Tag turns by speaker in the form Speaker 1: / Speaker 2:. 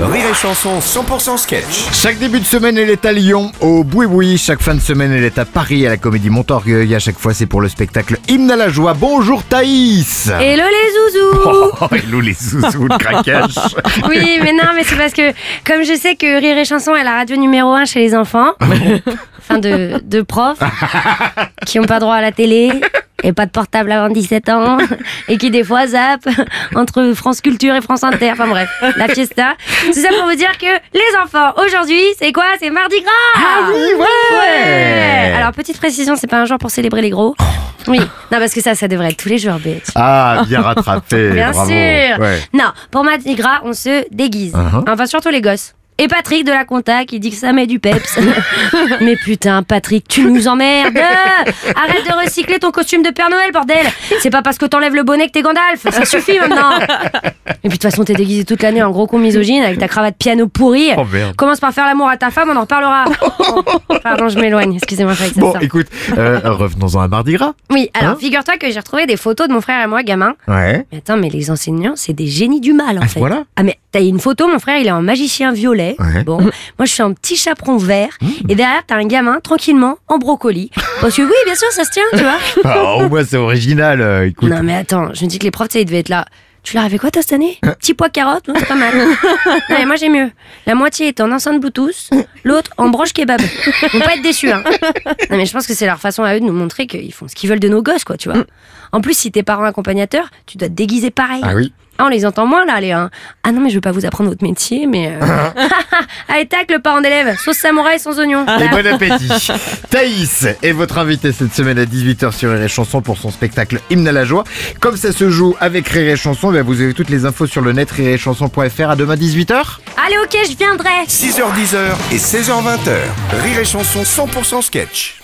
Speaker 1: Rire et Chanson 100% sketch.
Speaker 2: Chaque début de semaine, elle est à Lyon, au Boui-Boui. Chaque fin de semaine, elle est à Paris, à la Comédie Montorgueil. À chaque fois, c'est pour le spectacle Hymne à la joie. Bonjour Thaïs
Speaker 3: Hello les zouzous
Speaker 2: Oh, hello les zouzous de craquage
Speaker 3: Oui, mais non, mais c'est parce que, comme je sais que Rire et Chanson est la radio numéro un chez les enfants,
Speaker 2: Ah
Speaker 3: enfin de, de profs, qui n'ont pas droit à la télé, et pas de portable avant 17 ans, et qui des fois zappent entre France Culture et France Inter, enfin bref, la fiesta. C'est ça pour vous dire que les enfants, aujourd'hui, c'est quoi C'est Mardi Gras
Speaker 2: Ah oui, ouais
Speaker 3: Ouais Alors, petite précision, c'est pas un jour pour célébrer les gros. Oui, non, parce que ça, ça devrait être tous les jours, bitch.
Speaker 2: Ah, bien rattrapé,
Speaker 3: Bien
Speaker 2: bravo
Speaker 3: sûr.
Speaker 2: Ouais. Uh-huh.
Speaker 3: Non, pour Mardi Gras, on se déguise. Enfin, surtout les gosses. Et Patrick de la Conta qui dit que ça met du peps. Mais putain, Patrick, tu nous emmerdes Arrête de recycler ton costume de Père Noël, bordel C'est pas parce que t'enlèves le bonnet que t'es Gandalf, ça suffit maintenant Et puis de toute façon, t'es déguisé toute l'année en gros con misogyne avec ta cravate piano pourrie.
Speaker 2: Oh, merde.
Speaker 3: Commence par faire l'amour à ta femme, on en reparlera. Oh, pardon, je m'éloigne, excusez-moi, avec ça
Speaker 2: Bon,
Speaker 3: sort.
Speaker 2: écoute, euh, revenons-en à Mardi Gras.
Speaker 3: Oui, alors
Speaker 2: Hein
Speaker 3: figure-toi que j'ai retrouvé des photos de mon frère et moi, gamin.
Speaker 2: Ouais.
Speaker 3: Mais attends, mais les enseignants, c'est des génies du mal, en
Speaker 2: Ah,
Speaker 3: fait.
Speaker 2: voilà.
Speaker 3: Ah, mais t'as une photo, mon frère, il est en magicien violet.
Speaker 2: Ouais. Mmh.
Speaker 3: Bon, moi, je suis en petit chaperon vert. Et derrière, t'as un gamin, tranquillement, en brocoli. Parce que oui, bien sûr, ça se tient, tu vois.
Speaker 2: Ah, au moins, c'est original, euh, écoute.
Speaker 3: non, mais attends, je me dis que les profs, tu sais, ils devaient être là. Tu leur avais quoi, toi, cette année
Speaker 2: Hein
Speaker 3: Petit pois carotte, ouais, c'est pas mal. non, mais moi, j'ai mieux. La moitié est en enceinte Bluetooth, l'autre en broche kebab. Ils vont pas être déçus, hein. Non, mais je pense que c'est leur façon à eux de nous montrer qu'ils font ce qu'ils veulent de nos gosses, quoi, tu
Speaker 2: Hein
Speaker 3: vois. En plus, si t'es parent accompagnateur, tu dois te déguiser pareil.
Speaker 2: Ah oui
Speaker 3: Ah, on les entend moins là, les hein. Ah non, mais je veux pas vous apprendre votre métier, mais. euh, Allez, tac, le parent d'élève, sauce samouraï sans oignon.
Speaker 2: Et bon appétit Thaïs est votre invitée cette semaine à 18h sur Rire et Chanson pour son spectacle Hymne à la joie. Comme ça se joue avec Rire et Chanson, eh bien, vous avez toutes les infos sur le net rireetchanson.fr à demain 18h.
Speaker 3: Allez, ok, je viendrai.
Speaker 1: 6h10 et 16h20. Rire et Chanson 100% sketch.